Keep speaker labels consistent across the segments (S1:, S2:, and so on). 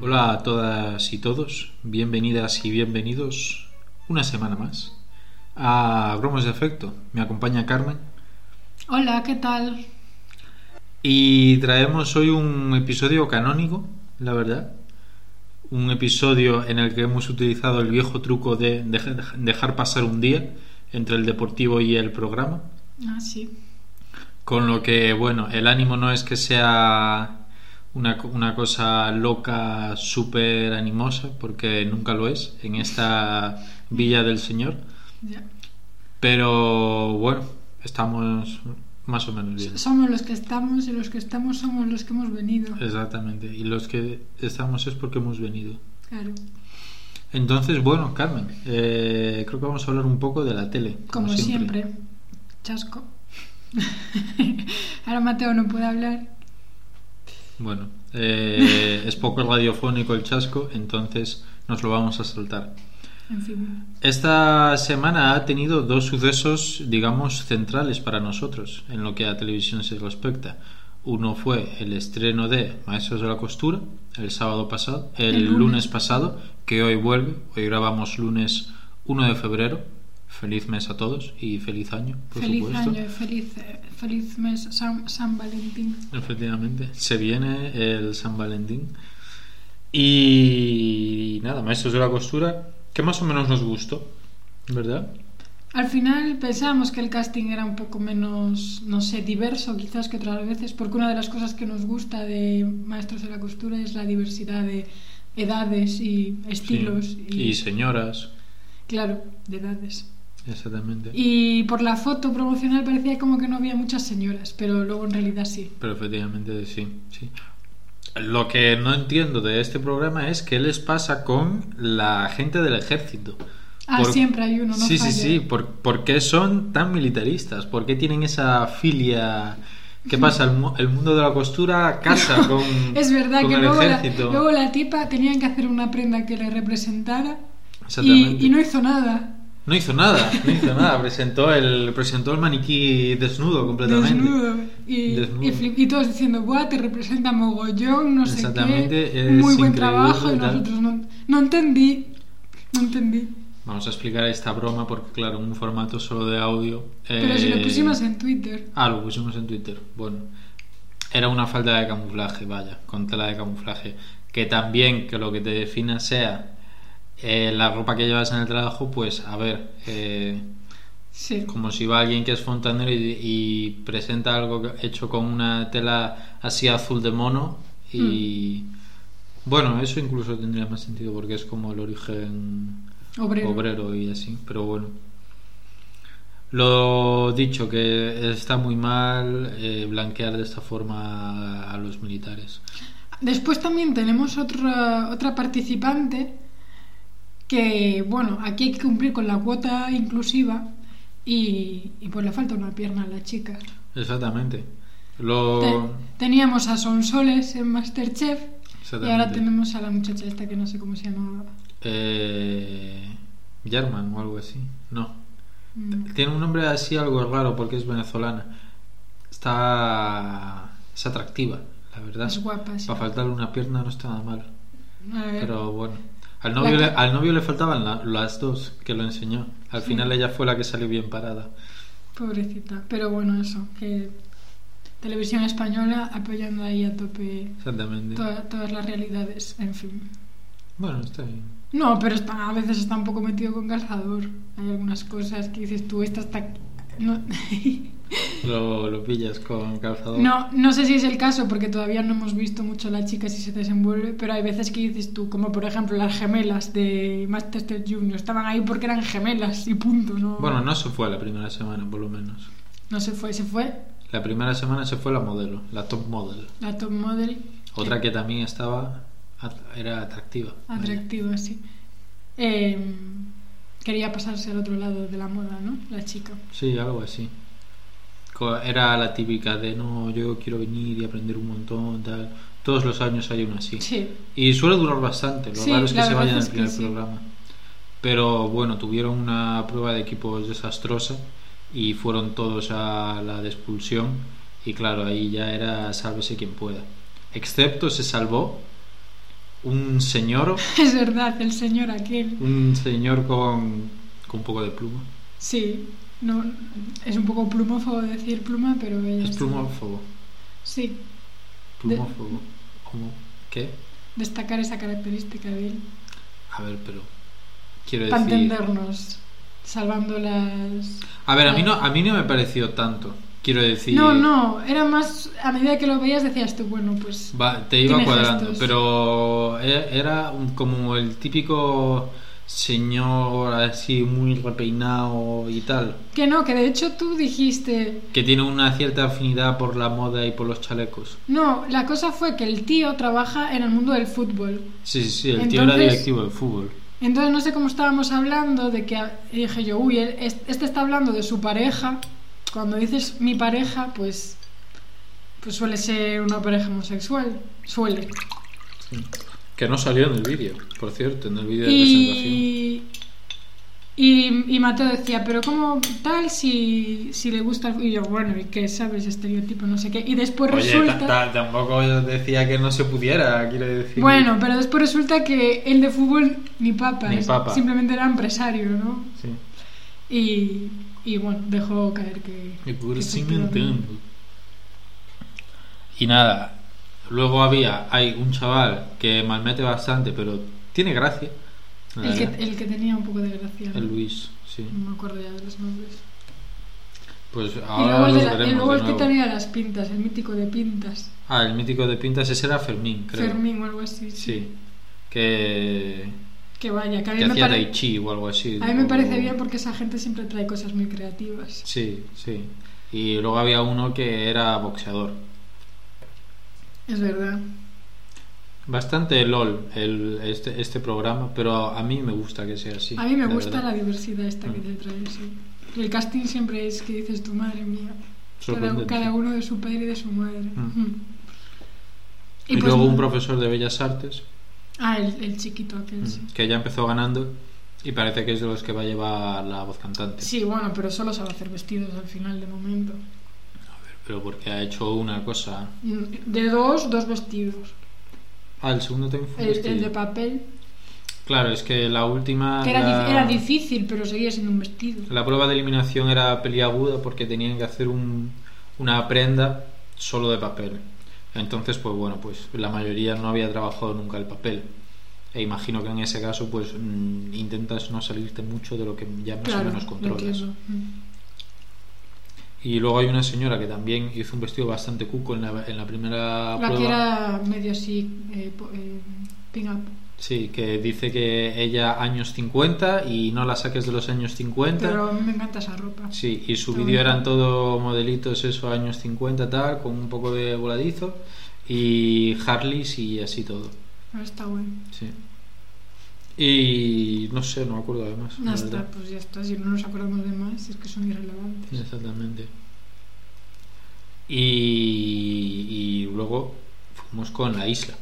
S1: Hola a todas y todos, bienvenidas y bienvenidos una semana más a Bromos de Efecto. Me acompaña Carmen
S2: Hola, ¿qué tal?
S1: y traemos hoy un episodio canónico, la verdad. Un episodio en el que hemos utilizado el viejo truco de dej- dejar pasar un día entre el deportivo y el programa.
S2: Ah, sí.
S1: Con lo que, bueno, el ánimo no es que sea una, co- una cosa loca, súper animosa, porque nunca lo es en esta villa del Señor.
S2: Ya.
S1: Pero bueno, estamos más o menos bien.
S2: Somos los que estamos y los que estamos somos los que hemos venido.
S1: Eh, Exactamente. Y los que estamos es porque hemos venido.
S2: Claro.
S1: Entonces, bueno, Carmen, eh, creo que vamos a hablar un poco de la tele.
S2: Como siempre. Chasco. Ahora Mateo no puede hablar.
S1: Bueno, eh, es poco radiofónico el chasco, entonces nos lo vamos a saltar.
S2: En fin.
S1: Esta semana ha tenido dos sucesos, digamos, centrales para nosotros en lo que a televisión se respecta. Uno fue el estreno de Maestros de la Costura el sábado pasado, el,
S2: El lunes.
S1: lunes. pasado, que hoy vuelve. Hoy grabamos lunes 1 de febrero. Feliz mes a todos y feliz año, por
S2: feliz
S1: supuesto.
S2: año y feliz, eh, feliz mes San, San Valentín.
S1: Efectivamente, se viene el San Valentín. Y nada, Maestros de la Costura, que más o menos nos gustó, ¿verdad?
S2: Al final pensábamos que el casting era un poco menos, no sé, diverso quizás que otras veces, porque una de las cosas que nos gusta de Maestros de la Costura es la diversidad de edades y estilos.
S1: Sí. Y señoras,
S2: Claro, de edades.
S1: exactamente.
S2: Y por la foto promocional parecía como que no había muchas señoras, pero luego en realidad sí.
S1: Pero efectivamente, sí, sí. Lo que no entiendo de este programa es qué les pasa con la gente del ejército.
S2: Ah,
S1: Por-
S2: siempre hay uno, no
S1: sí,
S2: falla.
S1: sí, sí. ¿Por, por qué son tan militaristas? ¿Por qué tienen esa filia? ¿Qué pasa? El, mu- el mundo de la costura casa con,
S2: Es verdad
S1: con
S2: que
S1: el
S2: luego la,
S1: ejército.
S2: luego la tipa tenían que hacer una prenda que le representara y,
S1: Exactamente.
S2: y no hizo nada.
S1: No hizo nada, no hizo nada. Presentó el, presentó el maniquí desnudo completamente.
S2: Desnudo. Y,
S1: Desnudo.
S2: Y, flip- y todos diciendo, Buah, te representa mogollón, no sé
S1: Exactamente, es
S2: qué. Muy buen
S1: increíble,
S2: trabajo. Y
S1: tal.
S2: nosotros no, no entendí. No entendí.
S1: Vamos a explicar esta broma porque, claro, un formato solo de audio.
S2: Pero si lo
S1: eh,
S2: pusimos en Twitter.
S1: Ah, lo pusimos en Twitter. Bueno, era una falta de camuflaje, vaya, con tela de camuflaje. Que también que lo que te defina sea eh, la ropa que llevas en el trabajo, pues a ver, eh,
S2: Sí.
S1: como si va alguien que es fontanero y, y presenta algo que- hecho con una tela así azul de mono y...
S2: Hmm.
S1: Bueno, eso incluso tendría más sentido porque es como el origen
S2: Obrero.
S1: obrero y así, pero bueno. Lo dicho, que está muy mal eh, blanquear de esta forma a los militares.
S2: Después también tenemos otra, otra participante que, bueno, aquí hay que cumplir con la cuota inclusiva y, y pues le falta una pierna a la chica.
S1: Exactamente.
S2: Te-
S1: Lo...
S2: teníamos a Sonsoles en Masterchef y ahora
S1: Exactamente.
S2: tenemos a la muchacha esta que no sé cómo se llama.
S1: Eh, German o algo así. No.
S2: Mm,
S1: Tiene un nombre así algo raro porque es venezolana. Está... Es atractiva, la verdad.
S2: Es guapa, sí.
S1: Para faltarle una pierna no está nada mal.
S2: A ver,
S1: Pero bueno, al novio,
S2: La
S1: le,
S2: que-
S1: al novio le faltaban la- las dos que lo enseñó. Al final ella fue la que salió bien parada.
S2: Pobrecita. Pero bueno, eso, que Televisión Española apoyando ahí a tope
S1: Exactamente.
S2: toda- todas las realidades, en fin.
S1: Bueno, está bien.
S2: No, pero está- a veces está un poco metido con calzador. Hay algunas cosas que dices tú, esta está... No,
S1: Lo, lo pillas con calzador.
S2: no, no sé si es el caso porque todavía no hemos visto mucho a la chica si se desenvuelve, pero hay veces que dices tú, como por ejemplo las gemelas de Masterchef Junior, estaban ahí porque eran gemelas y punto, ¿no?
S1: Bueno, no se fue la primera semana, por lo menos.
S2: No se fue, se fue
S1: La primera semana se fue la modelo, la top model.
S2: la top model.
S1: Otra que también estaba. at- Era atractiva. vaya.
S2: Atractiva, sí. Eh, quería pasarse al otro lado de la moda, ¿no? La chica.
S1: Sí, algo así. Co- Era la típica de no, yo quiero venir y aprender un montón, tal. Todos los años hay una así.
S2: Sí.
S1: Y suele durar bastante, lo
S2: Sí,
S1: raro es que
S2: la
S1: se
S2: verdad
S1: vayan al
S2: es que
S1: primer
S2: sí.
S1: programa. Pero bueno, tuvieron una prueba de equipos desastrosa y fueron todos a la de expulsión. Y claro, ahí ya era sálvese quien pueda. Excepto se salvó un señor,
S2: Es verdad, el señor aquel.
S1: un señor con, con un poco de pluma.
S2: Sí, no, es un poco plumófobo decir pluma, pero ella
S1: Es
S2: sí.
S1: plumófobo.
S2: Sí,
S1: Plumófobo. ¿Cómo? ¿Qué?
S2: destacar esa característica de él.
S1: A ver, pero. Quiero
S2: Para
S1: decir.
S2: entendernos, salvando las...
S1: A ver, a mí no, a mí no me pareció tanto. Quiero decir.
S2: No, no, era más... A medida que lo veías decías tú, bueno, pues...
S1: Va, te iba
S2: Tiene
S1: cuadrando,
S2: gestos.
S1: pero e- era un- como el típico señor así muy repeinado y tal,
S2: Que no, que de hecho tú dijiste...
S1: que tiene una cierta afinidad por la moda y por los chalecos.
S2: No, la cosa fue que el tío trabaja en el mundo del fútbol.
S1: Sí, sí, sí, el tío era
S2: Entonces-
S1: directivo de fútbol.
S2: Entonces no sé cómo estábamos hablando de que a- y dije yo, uy, él- es- este está hablando de su pareja. Cuando dices mi pareja, pues pues suele ser una pareja homosexual, suele.
S1: Que no salió en el vídeo, por cierto, en el vídeo de presentación.
S2: Y, y y Mateo decía, pero cómo tal si, si le gusta el-?" y yo, bueno, y qué sabes estereotipo, no sé qué. Y después
S1: Oye,
S2: resulta
S1: ta- ta- tampoco decía que no se pudiera, quiero decir.
S2: Bueno, pero después resulta que el de fútbol ni papa,
S1: Ni
S2: es-
S1: papa.
S2: simplemente era empresario, ¿no?
S1: Sí.
S2: Y, y bueno, dejó caer que...
S1: Y por
S2: que
S1: si me
S2: efectivamente-
S1: entiendo. Y nada, luego había, hay un chaval que malmete bastante, pero tiene gracia. la
S2: El que,
S1: verdad.
S2: el que tenía un poco de gracia. ¿no?
S1: Ah. El Luis, sí.
S2: No me acuerdo ya de los nombres.
S1: Pues
S2: y
S1: ahora
S2: luego el,
S1: los
S2: de la- y
S1: veremos.
S2: luego
S1: de
S2: el que
S1: nuevo.
S2: tenía las pintas, el mítico de pintas.
S1: Ah, el mítico de pintas, ese era Fermín, creo.
S2: Fermín o algo así.
S1: Sí. Que,
S2: Que vaya, que a mí,
S1: que
S2: me,
S1: hacía
S2: pare-
S1: Tai Chi o algo así.
S2: a mí me
S1: o-
S2: parece bien porque esa gente siempre trae cosas muy creativas.
S1: Sí, sí. Y luego había uno que era boxeador.
S2: Es verdad.
S1: Bastante LOL el, este, este programa, pero a mí me gusta que sea así.
S2: A mí me
S1: la
S2: gusta
S1: verdad.
S2: la diversidad esta que
S1: Mm.
S2: te trae, sí. El casting siempre es que dices tu madre mía. Cada,
S1: Sorprendente.
S2: cada uno de su padre y de su madre.
S1: Mm.
S2: Mm.
S1: Y,
S2: pues,
S1: luego un
S2: no.
S1: profesor de Bellas Artes, mm,
S2: Ah, el, el chiquito aquel, sí.
S1: que ya empezó ganando y parece que es de los que va a llevar la voz cantante.
S2: Sí, bueno, pero solo sabe hacer vestidos al final de momento.
S1: Pero porque ha hecho una cosa.
S2: Mm, De dos, dos vestidos.
S1: Ah, el segundo también fue un
S2: El, el
S1: vestido.
S2: de papel,
S1: Claro, es que la última.
S2: que era,
S1: la...
S2: dif- era difícil, pero seguía siendo un vestido.
S1: La prueba de eliminación era peliaguda porque tenían que hacer un- una prenda solo de papel. Entonces, pues bueno, pues la mayoría no había trabajado nunca el papel. E imagino que en ese caso, pues mm, intentas no salirte mucho de lo que ya más o
S2: claro,
S1: menos
S2: lo
S1: controlas.
S2: entiendo. Mm.
S1: Y luego hay una señora que también hizo un vestido bastante cuco en la, en la primera
S2: La que
S1: prueba.
S2: era medio así, eh, po- eh, pin up.
S1: Sí, que dice que ella años 50 y no la saques de los años 50.
S2: Pero a mí me encanta esa ropa.
S1: Sí, y su
S2: Está
S1: vídeo
S2: bonito.
S1: eran todo modelitos, eso, años 50, tal, con un poco de voladizo y Harleys y así todo.
S2: Ah, Está bueno.
S1: Sí. Y no sé, no me acuerdo de más.
S2: Ya
S1: la
S2: está,
S1: verdad.
S2: pues ya está. Si no nos acordamos de más, es que son irrelevantes.
S1: Exactamente. Y, y luego fuimos con la isla.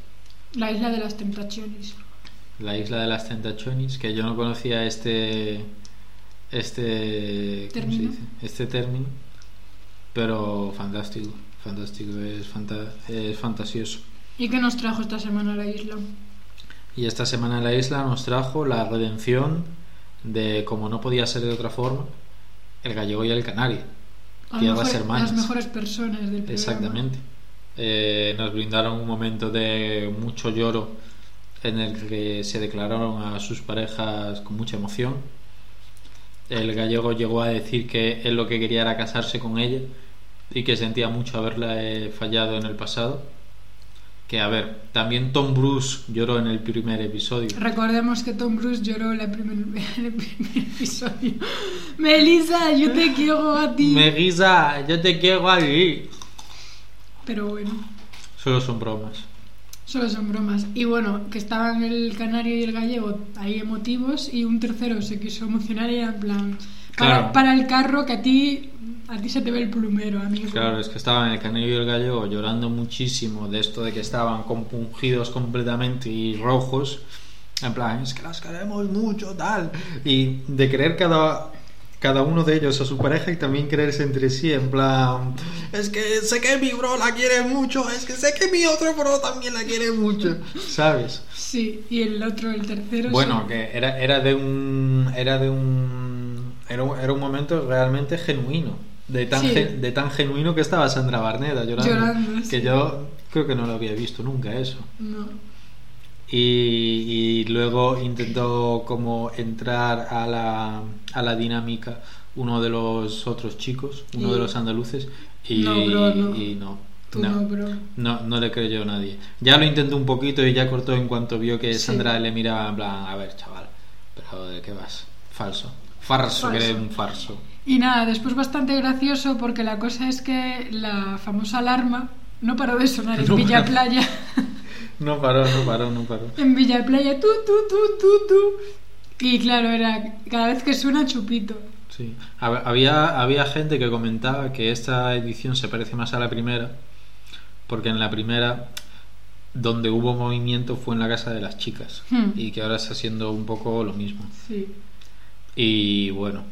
S2: La isla de las tentaciones.
S1: La isla de las Tentachonis, que yo no conocía este. Este. ¿cómo se
S2: Término.
S1: dice? Este término. Pero fantástico. Fantástico, es, fanta- es fantasioso.
S2: ¿Y qué nos trajo esta semana la isla?
S1: Y esta semana en la isla nos trajo la redención de, como no podía ser de otra forma, el gallego y el canario.
S2: A
S1: Tierras
S2: lo mejor-
S1: hermanas.
S2: Las mejores personas del programa.
S1: Exactamente. Eh, nos brindaron un momento de mucho lloro en el que se declararon a sus parejas con mucha emoción. El gallego llegó a decir que él lo que quería era casarse con ella y que sentía mucho haberla eh, fallado en el pasado. Que a ver, también Tom Bruce lloró en el primer episodio.
S2: Recordemos que Tom Cruise lloró en la primer- en el primer episodio. Melissa, yo te quiero a ti.
S1: Melissa, yo te quiero ahí.
S2: Pero bueno,
S1: Solo son bromas.
S2: solo son bromas. Y bueno, que estaban el canario y el gallego ahí emotivos y un tercero se quiso emocionar y era en plan... Para,
S1: Claro.
S2: para el carro que a ti, a ti se te ve el plumero, amigo.
S1: Claro, es que estaban el canario y el gallego llorando muchísimo de esto de que estaban compungidos completamente y rojos. En plan, es que las queremos mucho, tal. Y de querer cada, cada uno de ellos a su pareja y también quererse entre sí. En plan, es que sé que mi bro la quiere mucho, es que sé que mi otro bro también la quiere mucho. ¿Sabes?
S2: Sí, y el otro, el tercero.
S1: Bueno,
S2: sí.
S1: que era, era de un. Era de un. Era, un- era un momento realmente genuino. De tan,
S2: Sí.
S1: gen- de tan genuino que estaba Sandra Barneda llorando.
S2: Llorando,
S1: que
S2: sí.
S1: yo creo que no lo había visto nunca eso.
S2: No.
S1: Y, y luego intentó como entrar a la, a la dinámica uno de los otros chicos, uno
S2: Y-
S1: de los andaluces, y
S2: No, bro, no.
S1: y no.
S2: Tú
S1: no.
S2: no, bro.
S1: No, no le creyó nadie. Ya lo intentó un poquito y ya cortó en cuanto vio que
S2: Sí.
S1: Sandra le miraba en plan, a ver, chaval, pero ¿de qué vas? Falso. Farso, que
S2: Falso.
S1: eres un farso.
S2: Y nada, después bastante gracioso porque la cosa es que la famosa alarma no paró de sonar en
S1: No
S2: Villa
S1: paró.
S2: Playa.
S1: No paró, no paró, no paró.
S2: en Villa Playa, tú, tú, tú, tú, tú. Y claro, era cada vez que suena chupito.
S1: Sí. Hab- Había, había gente que comentaba que esta edición se parece más a la primera, porque en la primera donde hubo movimiento fue en la casa de las chicas
S2: Hmm.
S1: y que ahora está haciendo un poco lo mismo.
S2: Sí.
S1: Y bueno,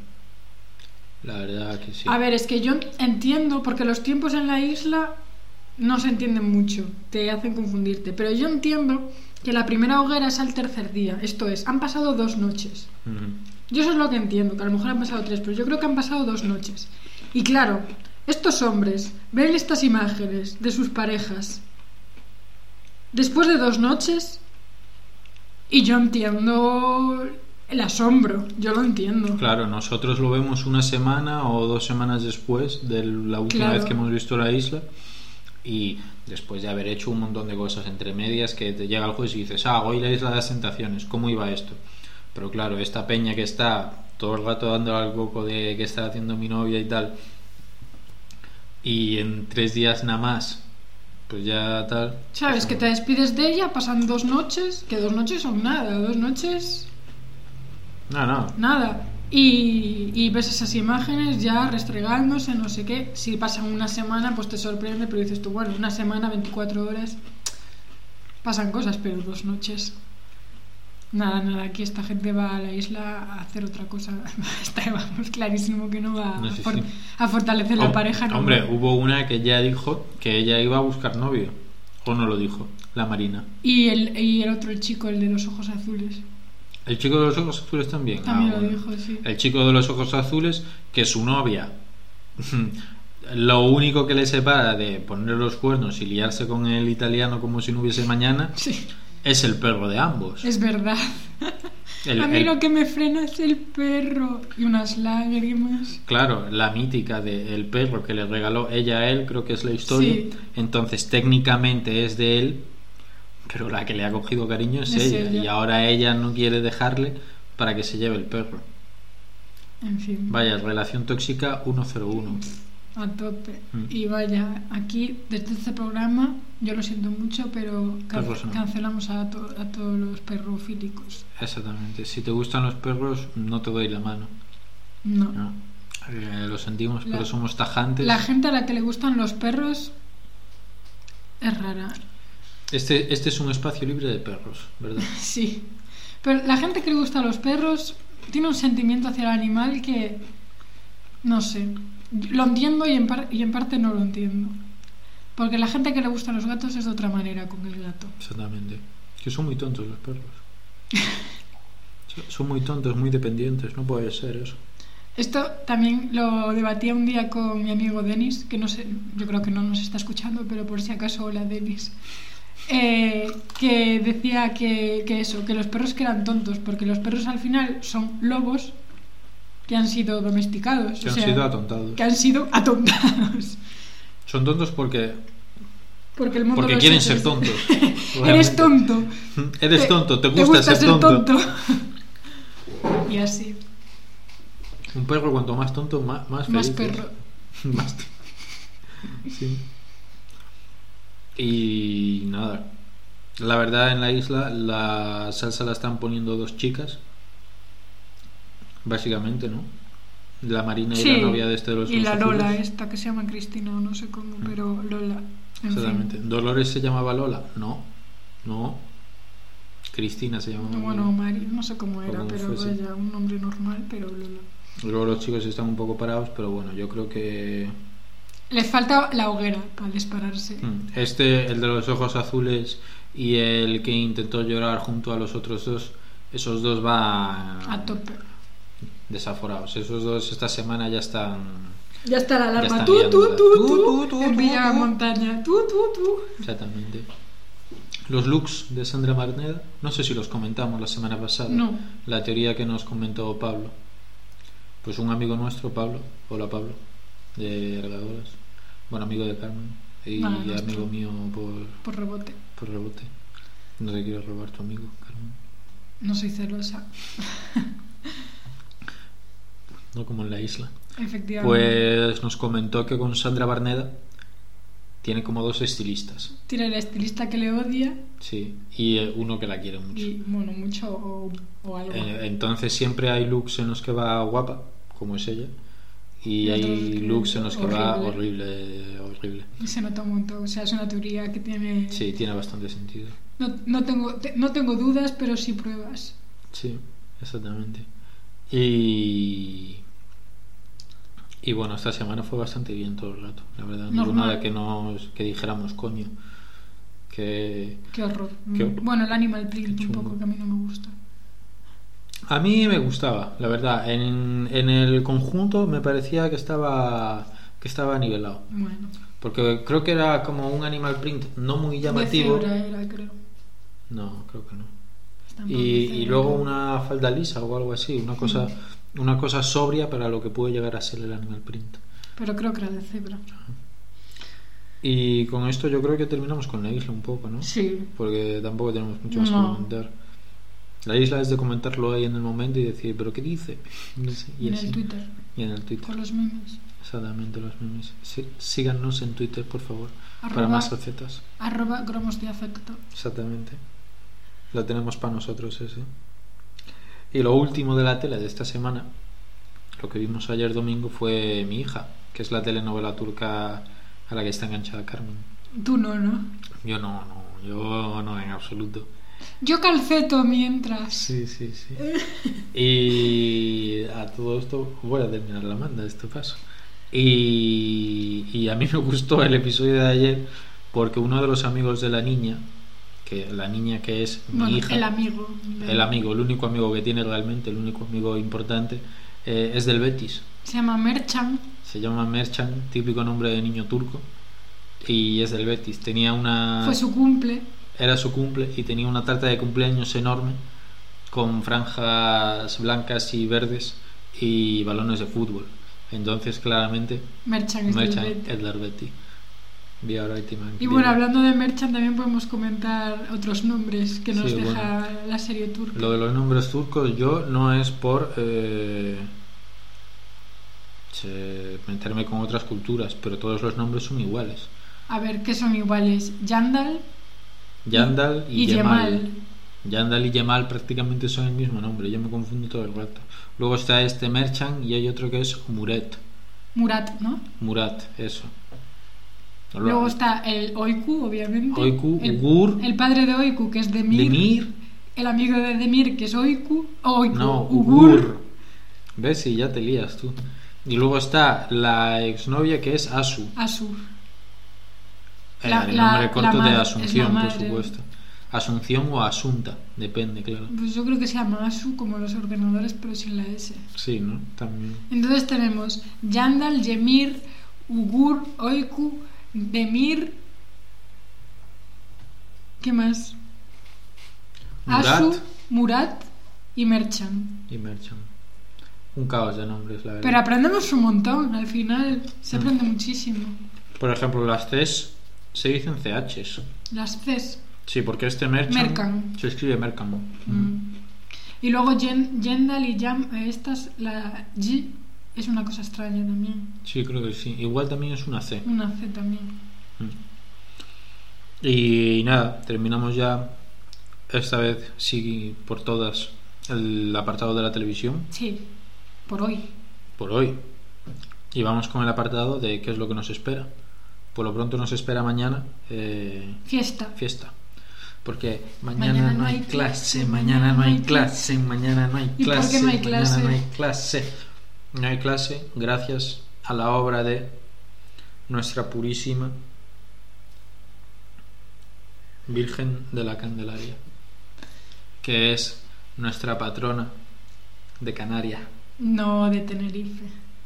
S1: la verdad que sí.
S2: A ver, es que yo entiendo, porque los tiempos en la isla no se entienden mucho, te hacen confundirte, pero yo entiendo que la primera hoguera es al tercer día, esto es, han pasado dos noches.
S1: Ujú.
S2: Yo eso es lo que entiendo, que a lo mejor han pasado tres, pero yo creo que han pasado dos noches. Y claro, estos hombres ven estas imágenes de sus parejas después de dos noches y yo entiendo el asombro, yo lo entiendo.
S1: Claro, nosotros lo vemos una semana o dos semanas después de la última
S2: Claro.
S1: vez que hemos visto la isla y después de haber hecho un montón de cosas entre medias que te llega el juez y dices, ah, hoy la isla de las tentaciones, ¿cómo iba esto? Pero claro, esta peña que está todo el rato dando al coco de que está haciendo mi novia y tal y en tres días nada más, pues ya tal.
S2: Sabes que te despides de ella, pasan dos noches, que dos noches son nada, dos noches
S1: No, no,
S2: nada. Y, y ves esas imágenes ya restregándose, no sé qué. Si pasan una semana, pues te sorprende, pero dices tú, bueno, una semana, 24 horas, pasan cosas, pero dos noches. Nada, nada, aquí esta gente va a la isla a hacer otra cosa. Está, vamos, clarísimo que no va
S1: No,
S2: a,
S1: sí,
S2: for-
S1: sí.
S2: a fortalecer la
S1: Hom-
S2: pareja. no.
S1: Hombre, hubo una que ya dijo que ella iba a buscar novio. O no lo dijo, la Marina.
S2: Y el, y el otro, el chico, el de los ojos azules,
S1: El chico de los ojos azules también. Ah,
S2: también lo
S1: bueno.
S2: dijo, sí.
S1: El chico de los ojos azules, que su novia. lo único que le separa de poner los cuernos y liarse con el italiano como si no hubiese mañana
S2: Sí.
S1: es el perro de ambos.
S2: Es verdad.
S1: El-
S2: a mí
S1: el-
S2: lo que me frena es el perro y unas lágrimas.
S1: Claro, la mítica del perro que le regaló ella a él, creo que es la historia.
S2: Sí.
S1: Entonces, técnicamente es de él, pero la que le ha cogido cariño es,
S2: Es
S1: ella.
S2: ella.
S1: Y ahora ella no quiere dejarle para que se lleve el perro.
S2: En fin,
S1: Vaya, relación tóxica 101.
S2: a tope.
S1: Mm.
S2: Y vaya, aquí, desde este programa, yo lo siento mucho, pero can-
S1: Perros no.
S2: cancelamos a, to- a todos los perrofílicos.
S1: Exactamente. Si te gustan los perros, no te doy la mano.
S2: No.
S1: No. Eh, lo sentimos, pero
S2: La-
S1: somos tajantes.
S2: La gente a la que le gustan los perros es rara.
S1: Este, este es un espacio libre de perros, ¿verdad?
S2: Sí. Pero la gente que le gusta a los perros tiene un sentimiento hacia el animal que. No sé. Lo entiendo y en, par- y en parte no lo entiendo. Porque la gente que le gustan los gatos es de otra manera con el gato.
S1: Exactamente. Que son muy tontos los perros. So- Son muy tontos, muy dependientes, no puede ser eso.
S2: Esto también lo debatía un día con mi amigo Denis, que no sé, yo creo que no nos está escuchando, pero por si acaso, hola Denis. Eh, que decía que, que eso, que los perros que eran tontos, porque los perros al final son lobos que han sido domesticados.
S1: Que
S2: o
S1: han
S2: sea,
S1: sido atontados.
S2: que han sido atontados.
S1: Son tontos porque,
S2: Porque el mundo
S1: porque
S2: los
S1: quieren
S2: hace-
S1: ser tontos.
S2: Eres
S1: realmente.
S2: tonto.
S1: Eres tonto, te gusta, ser tonto.
S2: tonto. y así,
S1: Un perro cuanto más tonto, más, más feliz
S2: más
S1: es.
S2: perro.
S1: Más t- Sí. Y nada. La verdad, en la isla la salsa la están poniendo dos chicas. Básicamente, ¿no? La Marina y
S2: Sí,
S1: la novia de este de los
S2: y la
S1: ojos azules.
S2: Lola esta que se llama Cristina o no sé cómo, pero Lola. en
S1: Ah. Exactamente. ¿Dolores se llamaba Lola? No. No. Cristina se llamaba
S2: fin. Bueno,
S1: Lola.
S2: Mari, no sé cómo era,
S1: cómo
S2: pero
S1: fuese.
S2: vaya, un nombre normal, pero Lola.
S1: Luego los chicos están un poco parados, pero bueno, yo creo que...
S2: Les falta la hoguera para dispararse.
S1: Mm, Este, el de los ojos azules, y el que intentó llorar junto a los otros dos, esos dos van
S2: A tope.
S1: desaforados. Esos dos esta semana ya están...
S2: Ya está la
S1: Ya
S2: alarma.
S1: está
S2: Tú,
S1: liando,
S2: tú,
S1: ¿verdad?
S2: tú,
S1: Tú,
S2: tú,
S1: tú, tú,
S2: En
S1: tú,
S2: Villa
S1: tú.
S2: Montaña. Tú, tú, tú.
S1: Exactamente. Los looks de Sandra Marneda, no sé si los comentamos la semana pasada.
S2: No.
S1: La teoría que nos comentó Pablo. Pues un amigo nuestro, Pablo, hola Pablo, de Argadoras, bueno amigo de Carmen y
S2: Ah,
S1: amigo
S2: nuestro.
S1: mío por,
S2: Por rebote.
S1: por rebote. No te quiero robar tu amigo, Carmen.
S2: No soy celosa.
S1: No como en la isla.
S2: Efectivamente.
S1: Pues nos comentó que con Sandra Barneda tiene como dos estilistas.
S2: Tiene el estilista que le odia
S1: Sí, y eh, uno que la quiere mucho.
S2: y, bueno, mucho o, o algo.
S1: Eh, entonces siempre hay looks en los que va guapa, como es ella, y
S2: Y
S1: hay
S2: otros que
S1: looks en los que va
S2: horrible.
S1: horrible, horrible.
S2: Y se nota un montón. O sea, es una teoría que tiene.
S1: Sí, tiene bastante sentido.
S2: No, no tengo, te- no tengo dudas, pero sí pruebas.
S1: Sí, exactamente. Y... Y bueno, esta semana fue bastante bien todo el rato, la verdad. No hubo
S2: Normal.
S1: nada que, nos, que dijéramos coño. Que
S2: Qué horror.
S1: Qué
S2: Mm.
S1: horror.
S2: Bueno, el animal print
S1: Qué
S2: un
S1: chungo.
S2: poco que a mí no me gusta.
S1: a mí me gustaba, la verdad. En, en el conjunto me parecía que estaba, que estaba nivelado.
S2: Bueno.
S1: Porque creo que era como un animal print no muy llamativo.
S2: De cebra era, creo.
S1: No, creo que no.
S2: Tampoco
S1: Y, y
S2: cebra.
S1: luego una falda lisa o algo así, una cosa, una cosa sobria para lo que puede llegar a ser el animal print.
S2: Pero creo que era de cebra.
S1: Y con esto yo creo que terminamos con la isla un poco, ¿no?
S2: Sí.
S1: Porque tampoco tenemos mucho más
S2: No.
S1: que comentar. La isla es de comentarlo ahí en el momento y decir, ¿pero qué dice? No sé,
S2: Y
S1: Y,
S2: en
S1: así.
S2: el Twitter,
S1: Y en el Twitter.
S2: con los memes.
S1: Exactamente, los memes. Sí, síganos en Twitter, por favor, para
S2: Arroba-
S1: más recetas.
S2: Arroba gromos de afecto.
S1: Exactamente. Lo tenemos para nosotros ese. Y lo último de la tele de esta semana, lo que vimos ayer domingo fue Mi hija, que es la telenovela turca a la que está enganchada Carmen.
S2: Tú no, ¿no?
S1: Yo no, no, yo no en absoluto.
S2: Yo calceto mientras.
S1: Sí, sí, sí. Y a todo esto voy a terminar la manda, este paso. Y, y a mí me gustó el episodio de ayer porque uno de los amigos de la niña, que la niña que es mi
S2: Bueno,
S1: hija,
S2: el amigo.
S1: el amigo, el único amigo que tiene realmente, el único amigo importante, eh, es del Betis.
S2: Se llama Merchan.
S1: Se llama Merchan, típico nombre de niño turco, y es del Betis. Tenía una,
S2: Fue su cumple.
S1: era su cumple y tenía una tarta de cumpleaños enorme con franjas blancas y verdes y balones de fútbol. Entonces claramente
S2: Merchan es del
S1: Merchan
S2: Betis.
S1: es del Betis. Vi ahora última
S2: Y
S1: increíble.
S2: bueno, hablando de Merchan, también podemos comentar otros nombres que nos
S1: Sí,
S2: deja la serie turca.
S1: Lo de los nombres turcos yo no es por eh, che- meterme con otras culturas, pero todos los nombres son iguales.
S2: A ver, ¿qué son iguales? Yandal
S1: Yandal y,
S2: y,
S1: Yemal.
S2: Yemal.
S1: Yandal y Yemal prácticamente son el mismo nombre, yo me confundo todo el rato. Luego está este Merchan y hay otro que es Muret.
S2: Murat, ¿no?
S1: Murat, eso.
S2: Luego está el Oiku, obviamente.
S1: Oiku,
S2: el,
S1: Ugur.
S2: el padre de Oiku, que es Demir.
S1: Demir.
S2: El amigo de Demir, que es Oiku. Oiku,
S1: No,
S2: Ugur.
S1: Ugur. ¿Ves? Y ya te lías tú. Y luego está la exnovia que es Asu.
S2: Asur.
S1: Eh,
S2: La-
S1: el
S2: la-
S1: nombre
S2: la
S1: corto
S2: madre-
S1: de
S2: es la
S1: Asunción, por
S2: madre.
S1: supuesto. Asunción o Asunta, depende, claro.
S2: Pues yo creo que se llama Asu como los ordenadores, pero sin la S.
S1: Sí, ¿no? También.
S2: Entonces tenemos Yandal, Yemir, Ugur, Oiku, Demir. ¿Qué más? Asu,
S1: Murat
S2: Murat y Merchan.
S1: y Merchant. Un caos de nombres, la verdad.
S2: Pero aprendemos un montón al final. Se aprende muchísimo.
S1: Por ejemplo, las Cs se dicen CHs.
S2: Las Cs.
S1: Sí, porque este Merchant
S2: Mercan.
S1: se escribe Mercan.
S2: Mm. Y luego Yen- Yendal y Yam, eh, estas, la G es una cosa extraña también.
S1: Sí, creo que sí. Igual también es una C. Mm.
S2: Una C también.
S1: Y nada, terminamos ya esta vez, sí, por todas, el apartado de la televisión
S2: Sí, por hoy.
S1: por hoy. Y vamos con el apartado de qué es lo que nos espera. Por lo pronto nos espera mañana eh,
S2: Fiesta.
S1: fiesta. Porque mañana, no hay clase, mañana no hay clase, mañana no hay
S2: ¿Y por qué
S1: clase,
S2: no hay clase?
S1: mañana no hay clase. No hay clase gracias a la obra de nuestra purísima Virgen de la Candelaria, que es nuestra patrona de Canarias.
S2: No, de Tenerife.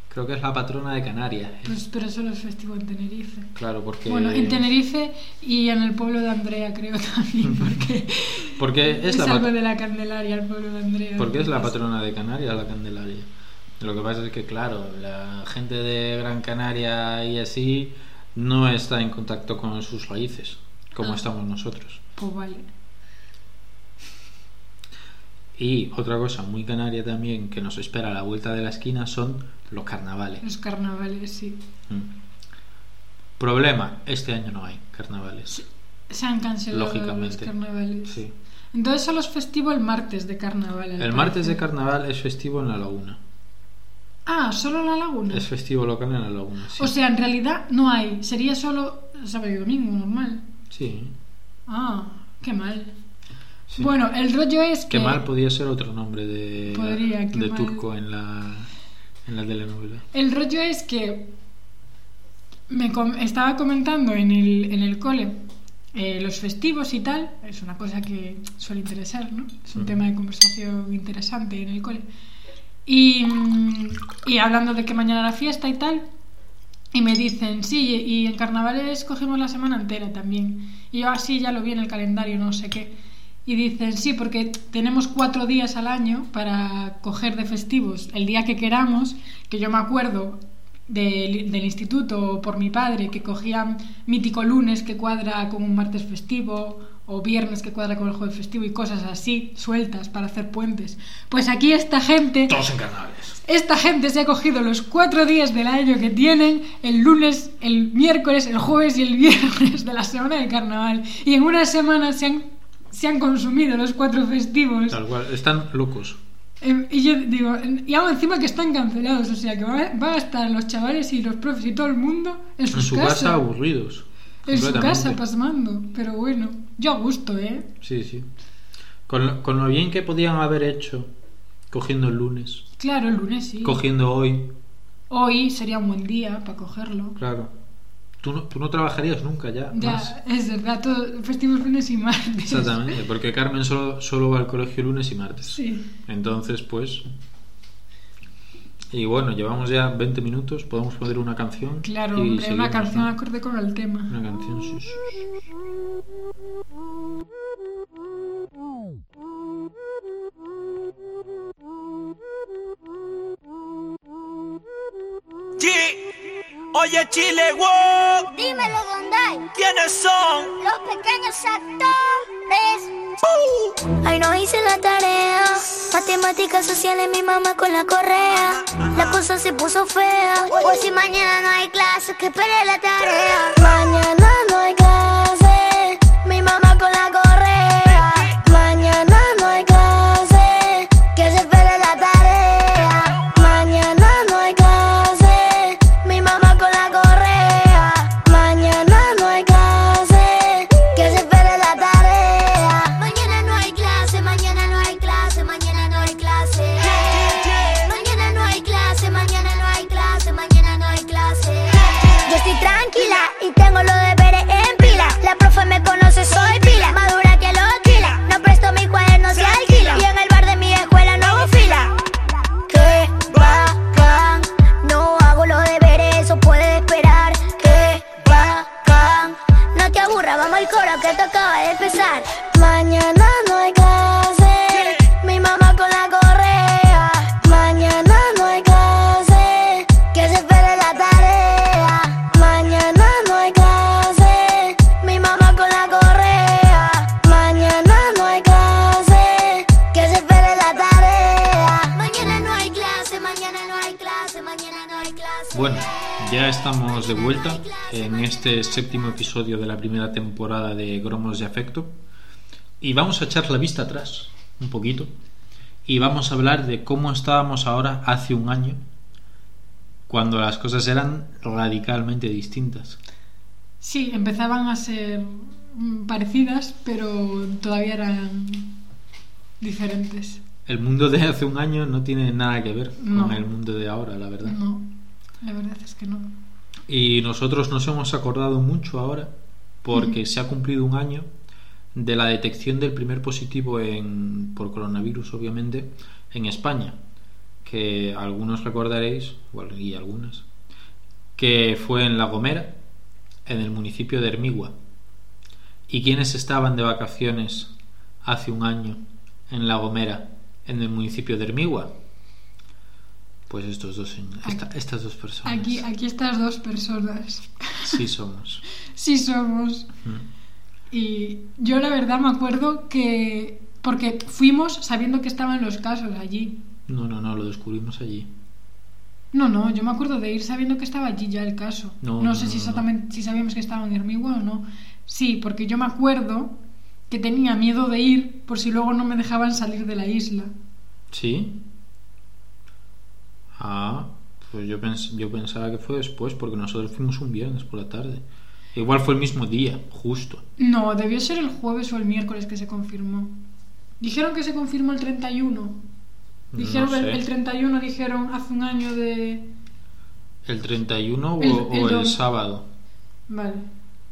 S1: Creo que es la patrona de Canarias. ¿eh?
S2: Pues, pero solo es festivo en Tenerife.
S1: Claro, porque...
S2: Bueno, en Tenerife y en el pueblo de Andrea, creo también, porque
S1: Porque es, la
S2: algo
S1: pat-
S2: de la Candelaria, el pueblo de Andrea.
S1: porque es la
S2: Entonces,
S1: patrona de Canarias, la Candelaria. Lo que pasa es que, claro, la gente de Gran Canaria y así no está en contacto con sus raíces, como
S2: Ah.
S1: estamos nosotros.
S2: Pues vale.
S1: Y otra cosa muy canaria también que nos espera a la vuelta de la esquina son los carnavales.
S2: Los carnavales, sí.
S1: Mm. Problema, este año no hay carnavales.
S2: Se han cancelado los
S1: Lógicamente.
S2: carnavales.
S1: Sí.
S2: Entonces solo es festivo el martes de carnaval. al
S1: El martes de
S2: parecer.
S1: carnaval es festivo en la laguna.
S2: Ah, solo la laguna.
S1: Es festivo local en la laguna. Sí.
S2: O sea, en realidad no hay. Sería solo sábado y domingo, normal.
S1: Sí,
S2: Ah, qué mal.
S1: sí.
S2: Bueno, el rollo es que...
S1: Qué mal podía ser otro nombre de,
S2: Eh, Podría, qué
S1: de
S2: mal.
S1: turco en la, en la telenovela.
S2: El rollo es que me com- estaba comentando en el, en el cole eh, los festivos y tal, es una cosa que suele interesar, ¿no? Es un
S1: Ujú.
S2: tema de conversación interesante en el cole. Y, mm, y hablando de que mañana la fiesta y tal, y me dicen, sí, y en carnavales cogemos la semana entera también. Y yo así ya lo vi en el calendario, no sé qué. Y dicen, sí, porque tenemos cuatro días al año para coger de festivos el día que queramos, que yo me acuerdo del, del instituto por mi padre, que cogían mítico lunes que cuadra con un martes festivo, o viernes que cuadra con el jueves festivo, y cosas así, sueltas para hacer puentes. Pues aquí esta gente...
S1: Todos en carnavales.
S2: Esta gente se ha cogido los cuatro días del año que tienen, el lunes, el miércoles, el jueves y el viernes de la semana del carnaval. Y en una semana se han, se han consumido los cuatro festivos.
S1: Tal cual, están locos.
S2: Em, Y yo digo, em, y aún encima que están cancelados, o sea que va va a estar los chavales y los profes y todo el mundo
S1: En
S2: en sus
S1: su
S2: casas.
S1: casa aburridos.
S2: en su
S1: completamente.
S2: casa pasmando. Pero bueno, yo a gusto, ¿eh?
S1: Sí, sí. Con lo, con lo bien que podían haber hecho cogiendo el lunes,
S2: Claro, el lunes sí.
S1: cogiendo hoy,
S2: Hoy sería un buen día para cogerlo.
S1: claro. Tú no, tú no trabajarías nunca ya.
S2: Ya,
S1: más.
S2: es verdad, todo, festivos lunes y martes.
S1: Exactamente, porque Carmen solo, solo va al colegio lunes y martes.
S2: Sí.
S1: Entonces, pues... Y bueno, llevamos ya 20 minutos, podemos poner una canción.
S2: Claro,
S1: y
S2: hombre, una
S1: seguimos,
S2: canción
S1: ¿no?
S2: acorde con el
S1: Una
S2: tema.
S1: canción, sí, sí.
S3: Chi, oye Chile, wow,
S4: Dímelo, Gonday,
S3: ¿quiénes son?
S4: los pequeños actores.
S3: Uh.
S4: Ay, no hice la tarea. Matemáticas sociales, mi mamá con la correa. La cosa se puso fea. Por si mañana no hay clases, que espere la tarea. Mañana no hay clases, mi mamá con la correa. Mañana no hay clases, que se espere la tarea. Mañana no hay clases, mi mamá con la correa. Mañana no hay clases, que se espere la tarea. Mañana no hay clase, mañana no hay clase, mañana no hay clase. Mañana no hay clase, mañana no hay clase, mañana no hay clase. Yo estoy tranquila y tengo los deberes en pila. La profe me conoce, soy pila, madura que los kila. No presto mi cuaderno, se alquila. Y en el bar de mi escuela no hago fila. Qué bacán, no hago los deberes, eso puede esperar. Qué bacán, no te aburra, vamos al coro que te acaba de empezar. Mañana no hay clase, mi mamá con la correa. Mañana no hay clase, que se espere la tarea. Mañana no hay clase, mi mamá con la correa. Mañana no hay clase, que se espere la tarea. Mañana no hay clase, mañana no hay clase, mañana no hay clase.
S1: Bueno, ya estamos de vuelta en este séptimo episodio de la primera temporada de Gromos de Afecto. Y vamos a echar la vista atrás un poquito. Y vamos a hablar de cómo estábamos ahora hace un año, cuando las cosas eran radicalmente distintas.
S2: Sí, empezaban a ser mm, parecidas, pero todavía eran diferentes.
S1: El mundo de hace un año no tiene nada que ver
S2: No.
S1: con el mundo de ahora, la verdad.
S2: No, la verdad es que no.
S1: Y nosotros nos hemos acordado mucho ahora porque se ha cumplido un año de la detección del primer positivo en, por coronavirus, obviamente, en España, que algunos recordaréis, bueno, y algunas, que fue en La Gomera, en el municipio de Hermigua. ¿Y quiénes estaban de vacaciones hace un año en La Gomera, en el municipio de Hermigua? Pues estos dos, señ- esta-
S2: Aquí-
S1: estas dos personas.
S2: Aquí, aquí estas dos personas.
S1: Sí somos. Mm.
S2: Sí somos. Y yo la verdad me acuerdo que... Porque fuimos sabiendo que estaban los casos allí.
S1: No, no, no, lo descubrimos allí.
S2: No, no, yo me acuerdo de ir sabiendo que estaba allí ya el caso.
S1: No,
S2: No,
S1: no,
S2: sé
S1: no,
S2: si
S1: no, no.
S2: exactamente si sabíamos que estaba en Hermigua o no. Sí, porque yo me acuerdo que tenía miedo de ir por si luego no me dejaban salir de la isla.
S1: ¿Sí? Ah, pues yo, pens- yo pensaba que fue después, porque nosotros fuimos un viernes por la tarde. Igual fue el mismo día, justo.
S2: No, debió ser el jueves o el miércoles que se confirmó. Dijeron que se confirmó el 31. Dijeron
S1: No
S2: el-
S1: sé.
S2: el 31 dijeron hace un año de
S1: El 31 o o
S2: El-
S1: el,
S2: el dom-
S1: sábado.
S2: Vale.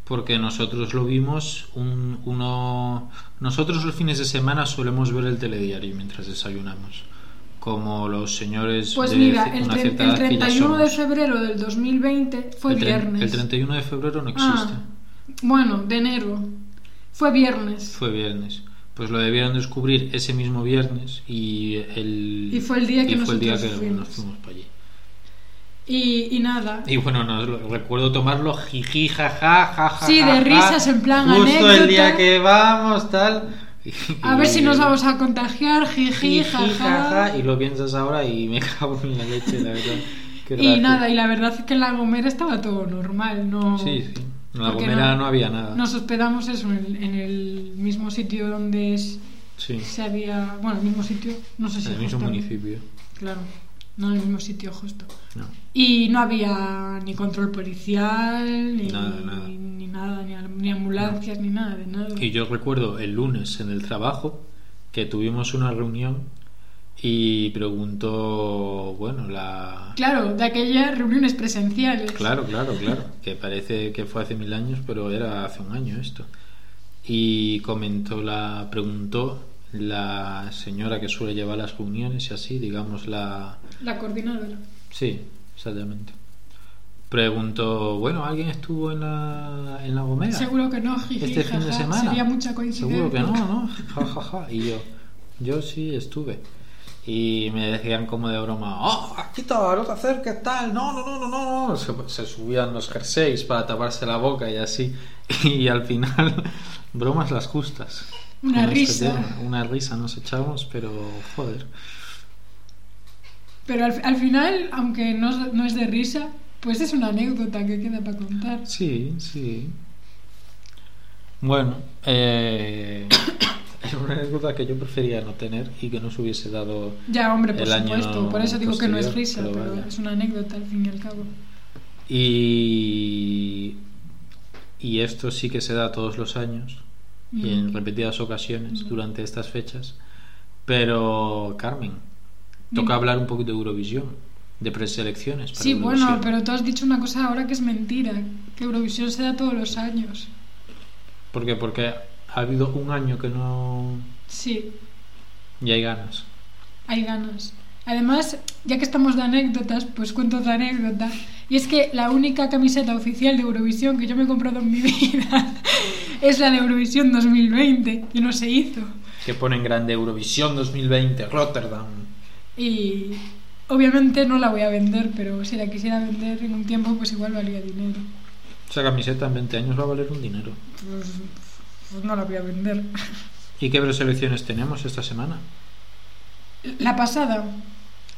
S1: Porque nosotros lo vimos un, uno... Nosotros los fines de semana solemos ver el telediario mientras desayunamos. Como los señores
S2: Pues
S1: de
S2: mira,
S1: ci-
S2: el,
S1: una
S2: tre-
S1: cierta
S2: el
S1: edad que ya
S2: 31 de
S1: somos.
S2: febrero del 2020 fue
S1: El tre-
S2: viernes.
S1: El 31 de febrero no
S2: Ah,
S1: existe.
S2: bueno, de enero. Fue viernes.
S1: Fue viernes. Pues lo debieron descubrir ese mismo viernes y el...
S2: Y fue el día que
S1: y fue el día
S2: nosotros
S1: que
S2: fuimos.
S1: nos fuimos para allí.
S2: Y, y nada.
S1: Y bueno, no, lo- recuerdo tomarlo jiji, jaja, jaja.
S2: Sí, de
S1: jaja,
S2: risas, en plan
S1: Justo
S2: anécdota.
S1: el día que vamos, tal. Y-
S2: a ver si nos vamos a contagiar, jiji,
S1: jiji,
S2: jaja.
S1: jaja, Y lo piensas ahora y me cago en la leche, la verdad. Qué
S2: Y
S1: gracia.
S2: nada, y la verdad es que en La Gomera estaba todo normal, no...
S1: Sí, sí. En la
S2: Porque
S1: gomera
S2: no-
S1: no, había nada.
S2: Nos hospedamos eso, en, el- en el mismo sitio donde es-
S1: Sí,
S2: se había... Bueno, el mismo sitio, no sé si...
S1: en el mismo
S2: justo-
S1: municipio.
S2: Claro, no en el mismo sitio justo.
S1: No.
S2: Y no había ni control policial, ni
S1: Nada, nada.
S2: ni, nada, ni, al- ni ambulancias, ni nada de nada.
S1: Y yo recuerdo el lunes en el trabajo que tuvimos una reunión y preguntó, bueno, la...
S2: Claro, de aquellas reuniones presenciales.
S1: Claro, claro, claro, que parece que fue hace mil años, pero era hace un año esto. Y comentó la, preguntó la señora que suele llevar las reuniones y así, digamos la...
S2: La coordinadora.
S1: Sí, exactamente. Preguntó, bueno, ¿alguien estuvo en la, en la Gomera?
S2: Seguro que no, jiji,
S1: este fin de
S2: jaja,
S1: semana.
S2: Sería mucha coincidencia.
S1: Seguro que no, ¿no? Ja, ja, ja. Y yo, yo sí estuve. Y me decían como de broma, oh, aquí te no te acerques, tal, no, no, no, no, no, no. Se, se subían los jerseys para taparse la boca y así. Y al final, bromas las justas.
S2: Una
S1: Con este
S2: risa.
S1: tema. Una risa nos echamos, pero joder.
S2: Pero al, al final, aunque no, es- no es de risa, pues es una anécdota que queda para contar.
S1: Sí, sí. Bueno, eh, es una anécdota que yo prefería no tener y que no se hubiese dado
S2: Ya, hombre, por
S1: El año
S2: supuesto. Por eso digo que no es
S1: posterior,
S2: risa,
S1: pero
S2: pero,
S1: vaya.
S2: es una anécdota al fin y al cabo.
S1: Y, y esto sí que se da todos los años y en
S2: Mm.
S1: repetidas ocasiones
S2: Mm.
S1: durante estas fechas. Pero, Carmen, toca
S2: Dime.
S1: hablar un poquito de Eurovisión, de preselecciones. para
S2: Mm. Sí, bueno,
S1: Eurovisión.
S2: pero tú has dicho una cosa ahora que es mentira, que Eurovisión se da todos los años.
S1: ¿Por qué? Porque ha habido un año que no.
S2: Sí,
S1: y hay ganas.
S2: hay ganas. Además, ya que estamos de anécdotas, pues cuento otra anécdota. Y es que la única camiseta oficial de Eurovisión que yo me he comprado en mi vida es la de Eurovisión 2020, que no se hizo.
S1: Que ponen grande Eurovisión 2020, Rotterdam.
S2: Y obviamente no la voy a vender, pero si la quisiera vender en un tiempo, pues igual valía dinero.
S1: Esa camiseta en 20 años va a valer un dinero.
S2: Pues, pues no la voy a vender.
S1: ¿Y qué preselecciones tenemos esta semana?
S2: La pasada.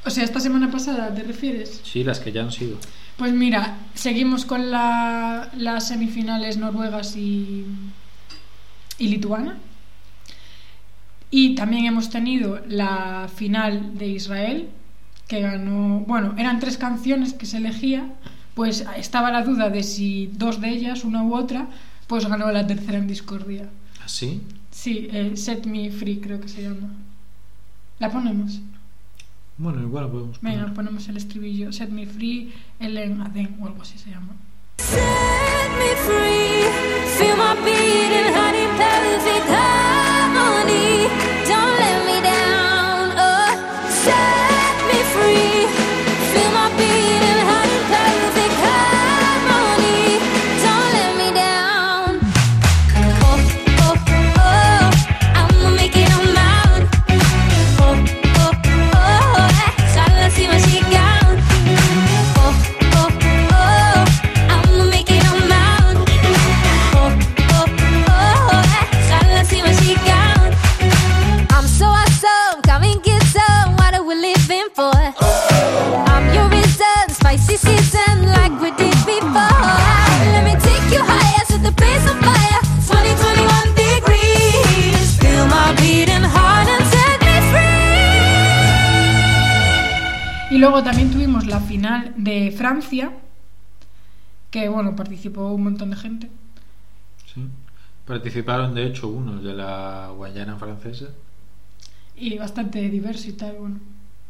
S2: O sea, esta semana pasada, ¿te refieres?
S1: Sí, las que ya han sido.
S2: Pues mira, seguimos con la- las semifinales noruegas y, y lituana. Y también hemos tenido la final de Israel, que ganó, bueno, eran tres canciones que se elegía, pues estaba la duda de si dos de ellas, una u otra, pues ganó la tercera en discordia.
S1: ¿Así?
S2: Sí, eh, Set Me Free creo que se llama. La ponemos.
S1: Bueno, igual la podemos poner.
S2: Venga, ponemos el estribillo. Set Me Free, Ellen Aden o algo así se llama.
S5: Set me free, feel my beating, honey, perfect. Don't let me down. Oh, set me free. Feel my beating, heart in perfect harmony. Don't let me down. Oh, oh, oh, I'ma make it on my own. Oh, oh, oh, solo si me llegan. Oh, oh, oh, I'ma make it on my own. Oh, oh, oh, solo si me llegan. I'm so awesome, come and get some. What are we living for? I'm your reason, spicy season, like we did before. Let me take you higher, set the place on fire. 2021 degrees, feel my beating heart and set me free.
S2: Y luego también tuvimos la final de Francia, que bueno, participó un montón de gente.
S1: Sí. Participaron, de hecho, unos de la Guayana francesa.
S2: Y bastante diverso y tal, bueno.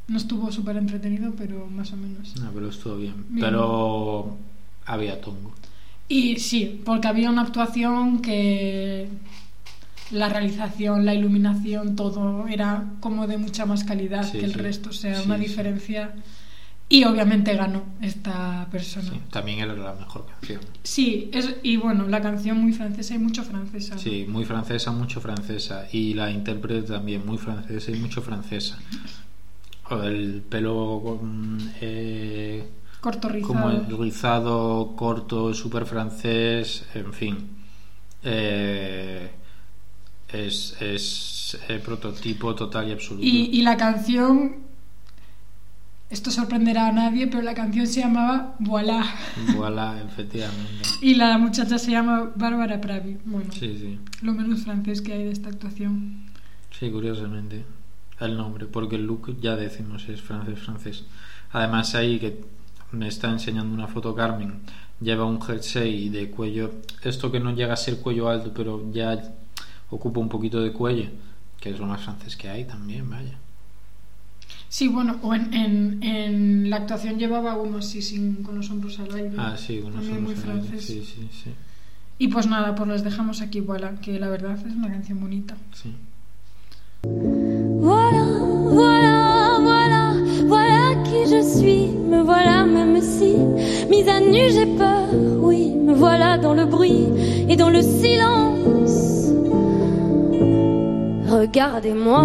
S2: No estuvo súper entretenido, pero más o menos.
S1: No, Ah, pero estuvo bien.
S2: Bien.
S1: Pero había tongo.
S2: Y sí, porque había una actuación que la realización, la iluminación, todo era como de mucha más calidad
S1: Sí,
S2: que el
S1: sí.
S2: resto, o sea,
S1: Sí,
S2: una
S1: sí.
S2: diferencia. Y obviamente ganó esta persona.
S1: Sí, también era la mejor canción.
S2: Sí, es, y bueno, la canción muy francesa y mucho francesa. ¿no?
S1: Sí, muy francesa, mucho francesa. Y la intérprete también, muy francesa y mucho francesa. O El pelo mm, eh,
S2: Corto rizado.
S1: como el rizado, corto, súper francés, en fin. Eh, es es el prototipo total y absoluto.
S2: Y, y la canción, esto sorprenderá a nadie, pero la canción se llamaba Voilà.
S1: Voilà, efectivamente.
S2: Y la muchacha se llama Bárbara Pravi. Bueno,
S1: Sí, sí.
S2: lo menos francés que hay de esta actuación.
S1: Sí, curiosamente. El nombre, porque el look ya decimos es francés, francés. Además ahí que me está enseñando una foto Carmen, lleva un jersey de cuello, esto que no llega a ser cuello alto, pero ya ocupa un poquito de cuello, que es lo más francés que hay también, vaya.
S2: Sí, bueno, o en, en, en la actuación llevaba uno así sin, con los hombros al aire.
S1: Ah, sí, unos
S2: Mm. También muy
S1: hombros en el aire.
S2: francés.
S1: Sí, sí, sí,
S2: Y pues nada, pues las dejamos aquí, voilà, que la verdad es una canción bonita.
S1: sí.
S5: Voilà, voilà, voilà, voilà qui je suis, me voilà même si mise à nu j'ai peur, oui, me voilà dans le bruit et dans le silence. Regardez-moi,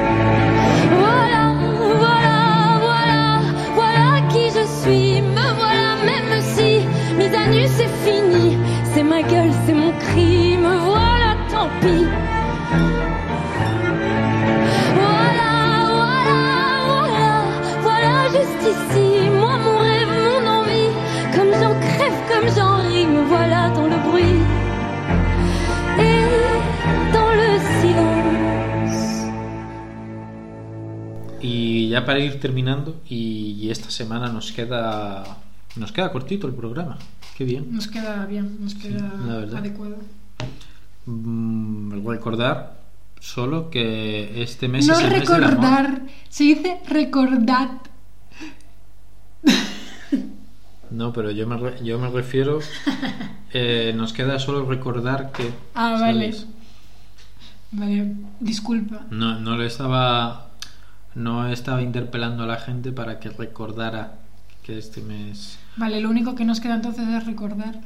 S5: Voilà, voilà, voilà, voilà qui je suis. Me voilà, même si mes à nu c'est fini. C'est ma gueule, c'est mon cri. Me voilà, tant pis. Voilà, voilà, voilà, voilà juste ici, moi mon rêve, mon envie, comme j'en crève, comme j'en ris, me voilà dans le bruit et dans le silence.
S1: Y ya para ir terminando, y, y esta semana nos queda nos queda cortito el programa. Qué bien.
S2: Nos queda bien, nos queda
S1: la verdad.
S2: adecuado.
S1: Mm, recordar solo que este mes
S2: no
S1: es el mes del amor.
S2: recordar, se dice recordad.
S1: No, pero yo me, re- yo me refiero. eh, nos queda solo recordar que.
S2: Ah, vale.
S1: ¿sabes?
S2: Vale, disculpa.
S1: No, no le estaba. No estaba interpelando a la gente para que recordara que este mes.
S2: Vale, lo único que nos queda entonces es recordar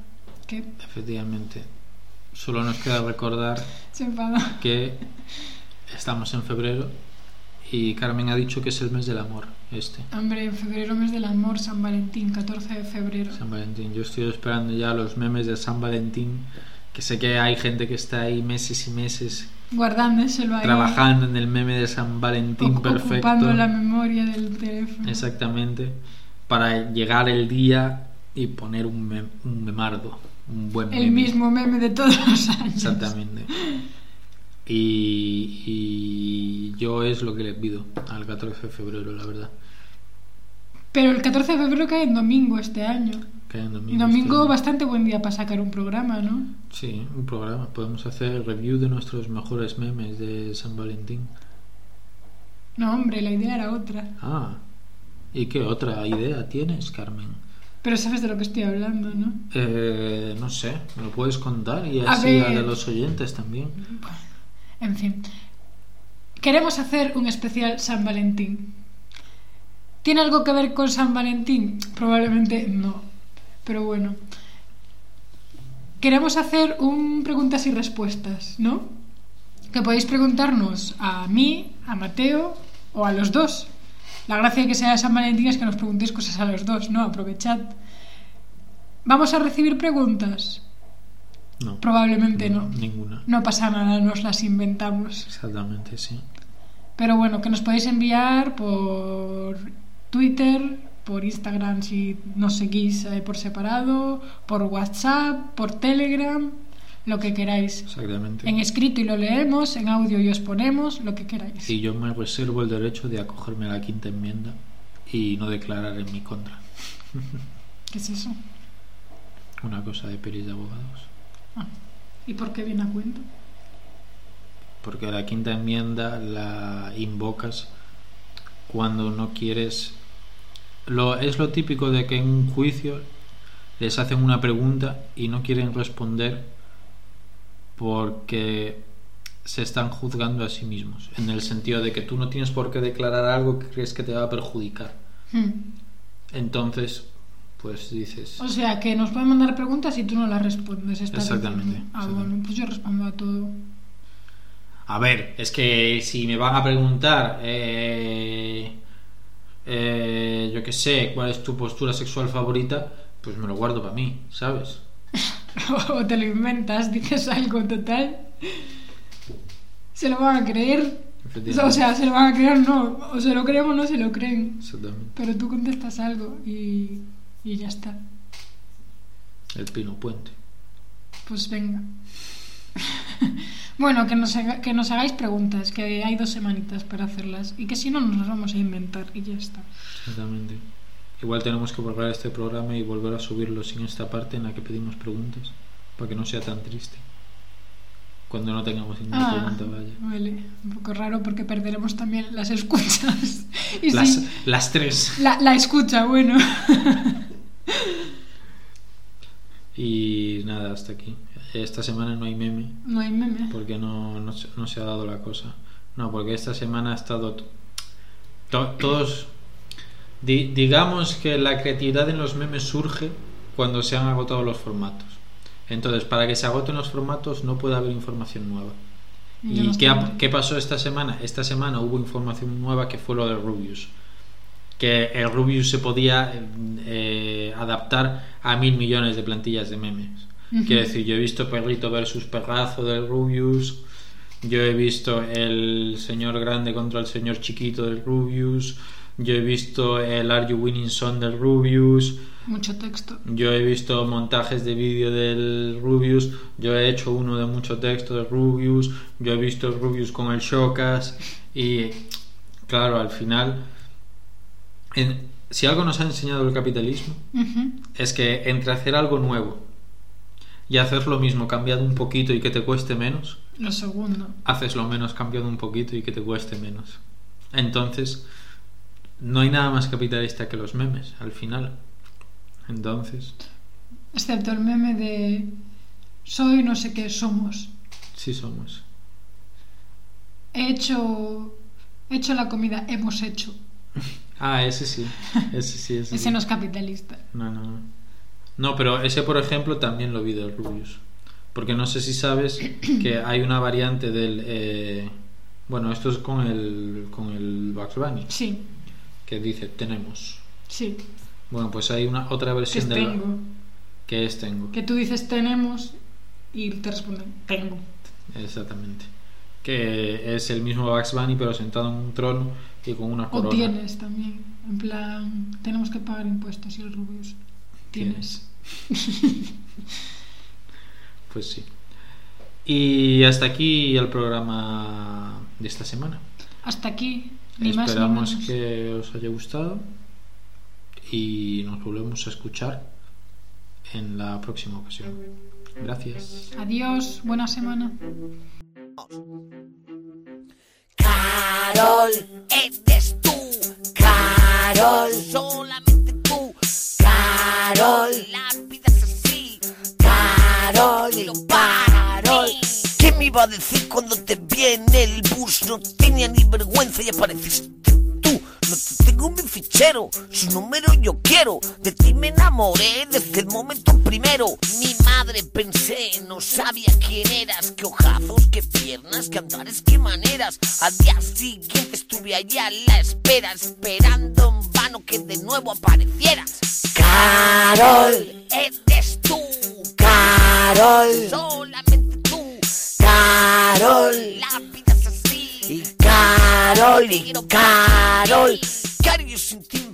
S2: que
S1: Efectivamente. Solo nos queda recordar
S2: se enfada.
S1: que estamos en febrero y Carmen ha dicho que es el mes del amor, este.
S2: Hombre, en febrero mes del amor, San Valentín, 14 de febrero.
S1: San Valentín. Yo estoy esperando ya los memes de San Valentín, que sé que hay gente que está ahí meses y meses
S2: Guardándoselo ahí.
S1: trabajando en el meme de San Valentín
S2: ocu-
S1: perfecto.
S2: Ocupando la memoria del teléfono.
S1: Exactamente. Para llegar el día y poner un, mem- un memardo, un buen meme.
S2: El mismo meme de todos los años.
S1: Exactamente. Y, y yo es lo que les pido al 14 de febrero, la verdad.
S2: Pero el 14 de febrero cae en domingo este año.
S1: Cae en domingo.
S2: Domingo
S1: este-
S2: bastante buen día para sacar un programa, ¿no?
S1: Sí, un programa. Podemos hacer review de nuestros mejores memes de San Valentín.
S2: No, hombre, la idea era otra.
S1: Ah, ¿y qué otra idea tienes, Carmen?
S2: Pero sabes de lo que estoy hablando, ¿no?
S1: Eh, no sé, me lo puedes contar y
S2: A
S1: así a,
S2: ver.
S1: de los oyentes también.
S2: En fin. Queremos hacer un especial San Valentín. ¿Tiene algo que ver con San Valentín? Probablemente no. Pero bueno. Queremos hacer un preguntas y respuestas, ¿no? Que podéis preguntarnos a mí, a Mateo o a los dos. La gracia de que sea San Valentín es que nos preguntéis cosas a los dos, ¿no? Aprovechad. ¿Vamos a recibir preguntas?
S1: No,
S2: Probablemente no.
S1: ninguna.
S2: No pasa nada, nos las inventamos.
S1: Exactamente, sí.
S2: Pero bueno, que nos podéis enviar por Twitter, por Instagram si nos seguís eh, por separado, por WhatsApp, por Telegram, lo que queráis.
S1: Exactamente.
S2: En escrito y lo leemos, en audio y os ponemos, lo que queráis.
S1: Y yo me reservo el derecho de acogerme a la quinta enmienda y no declarar en mi contra.
S2: ¿Qué es eso?
S1: Una cosa de peris de abogados.
S2: ¿Y por qué viene a cuento?
S1: Porque la quinta enmienda la invocas cuando no quieres... Lo, es lo típico de que en un juicio les hacen una pregunta y no quieren responder porque se están juzgando a sí mismos. En el sentido de que tú no tienes por qué declarar algo que crees que te va a perjudicar.
S2: Hmm.
S1: Entonces, pues dices...
S2: O sea, que nos pueden mandar preguntas y tú no las respondes. estás
S1: Exactamente,
S2: diciendo. Ah,
S1: exactamente.
S2: bueno, pues yo respondo a todo.
S1: A ver, es que si me van a preguntar, eh, eh, yo qué sé, cuál es tu postura sexual favorita, pues me lo guardo para mí, ¿sabes?
S2: o te lo inventas, dices algo total. Se lo van a creer. O sea, se lo van a creer, no. O se lo creemos o no se lo creen.
S1: Exactamente.
S2: Pero tú contestas algo y, y ya está.
S1: El pino puente.
S2: Pues venga. bueno, que nos, haga- que nos hagáis preguntas, que hay dos semanitas para hacerlas. Y que si no, nos las vamos a inventar y ya está.
S1: Exactamente. Igual tenemos que volver a este programa y volver a subirlo sin esta parte en la que pedimos preguntas, para que no sea tan triste. Cuando no tengamos ninguna
S2: Ah,
S1: pregunta, vaya.
S2: vale. Un poco raro porque perderemos también las escuchas. y
S1: Las,
S2: sí,
S1: las tres.
S2: la, la escucha, bueno.
S1: Y nada, hasta aquí. Esta semana no hay meme.
S2: no hay meme.
S1: porque no, no, se- no se ha dado la cosa. No, porque esta semana ha estado t- to- todos... di- digamos que la creatividad en los memes surge cuando se han agotado los formatos. Entonces, para que se agoten los formatos no puede haber información nueva.
S2: Yo no
S1: ¿Y
S2: estoy
S1: qué, ha-
S2: mal.
S1: qué pasó esta semana? Esta semana hubo información nueva que fue lo de Rubius. Que el Rubius se podía eh, eh, adaptar a mil millones de plantillas de memes.
S2: Ujú.
S1: Quiero decir, yo he visto Perrito versus Perrazo del Rubius. Yo he visto el señor grande contra el señor chiquito del Rubius. Yo he visto el Are You Winning Son del Rubius.
S2: Mucho texto.
S1: Yo he visto montajes de vídeo del Rubius, yo he hecho uno de mucho texto de Rubius, yo he visto el Rubius con el Shocas y claro, al final, en- si algo nos ha enseñado el capitalismo
S2: Ujú.
S1: es que entre hacer algo nuevo y hacer lo mismo cambiado un poquito y que te cueste menos,
S2: Lo segundo.
S1: haces lo menos cambiado un poquito y que te cueste menos. Entonces, no hay nada más capitalista que los memes, al final. Entonces...
S2: Excepto el meme de soy no sé qué somos.
S1: Sí somos.
S2: He hecho, he hecho la comida, hemos hecho.
S1: Ah, ese sí. Ese sí, ese, sí.
S2: Ese no es capitalista.
S1: No, no, no. No, pero ese, por ejemplo, también lo vi del Rubius. Porque no sé si sabes que hay una variante del... eh, Bueno, esto es con el, con el Bugs Bunny,
S2: Sí,
S1: que dice tenemos.
S2: sí.
S1: Bueno, pues hay una otra
S2: Que es
S1: versión del...
S2: tengo.
S1: Que es tengo.
S2: Que tú dices tenemos y te responden tengo.
S1: Exactamente. Que es el mismo Bugs Bunny, pero sentado en un trono y con una
S2: O
S1: corona.
S2: tienes también. En plan, tenemos que pagar impuestos y el Rubius. Tienes.
S1: Pues sí. Y hasta aquí el programa de esta semana.
S2: Hasta aquí. Ni más ni
S1: Esperamos
S2: menos.
S1: que os haya gustado. y nos volvemos a escuchar en la próxima ocasión. Gracias.
S2: Adiós, buena semana.
S6: Carol, este es tú. Carol, solamente tú. Carol, la vida es así. Carol, Carol. ¿Qué me iba a decir cuando te vi en el bus? No tenía ni vergüenza y apareciste tú. No te tengo en mi fichero, su número yo quiero. De ti me enamoré desde el momento primero. Mi madre pensé, no sabía quién eras. Qué ojazos, qué piernas, qué andares, qué maneras. Al día siguiente estuve allí a la espera, esperando en vano que de nuevo aparecieras. Carol, eres tú. Carol, solamente tú. Carol, la vida es así. Y Carol, y Carol, Carol, yo sin ti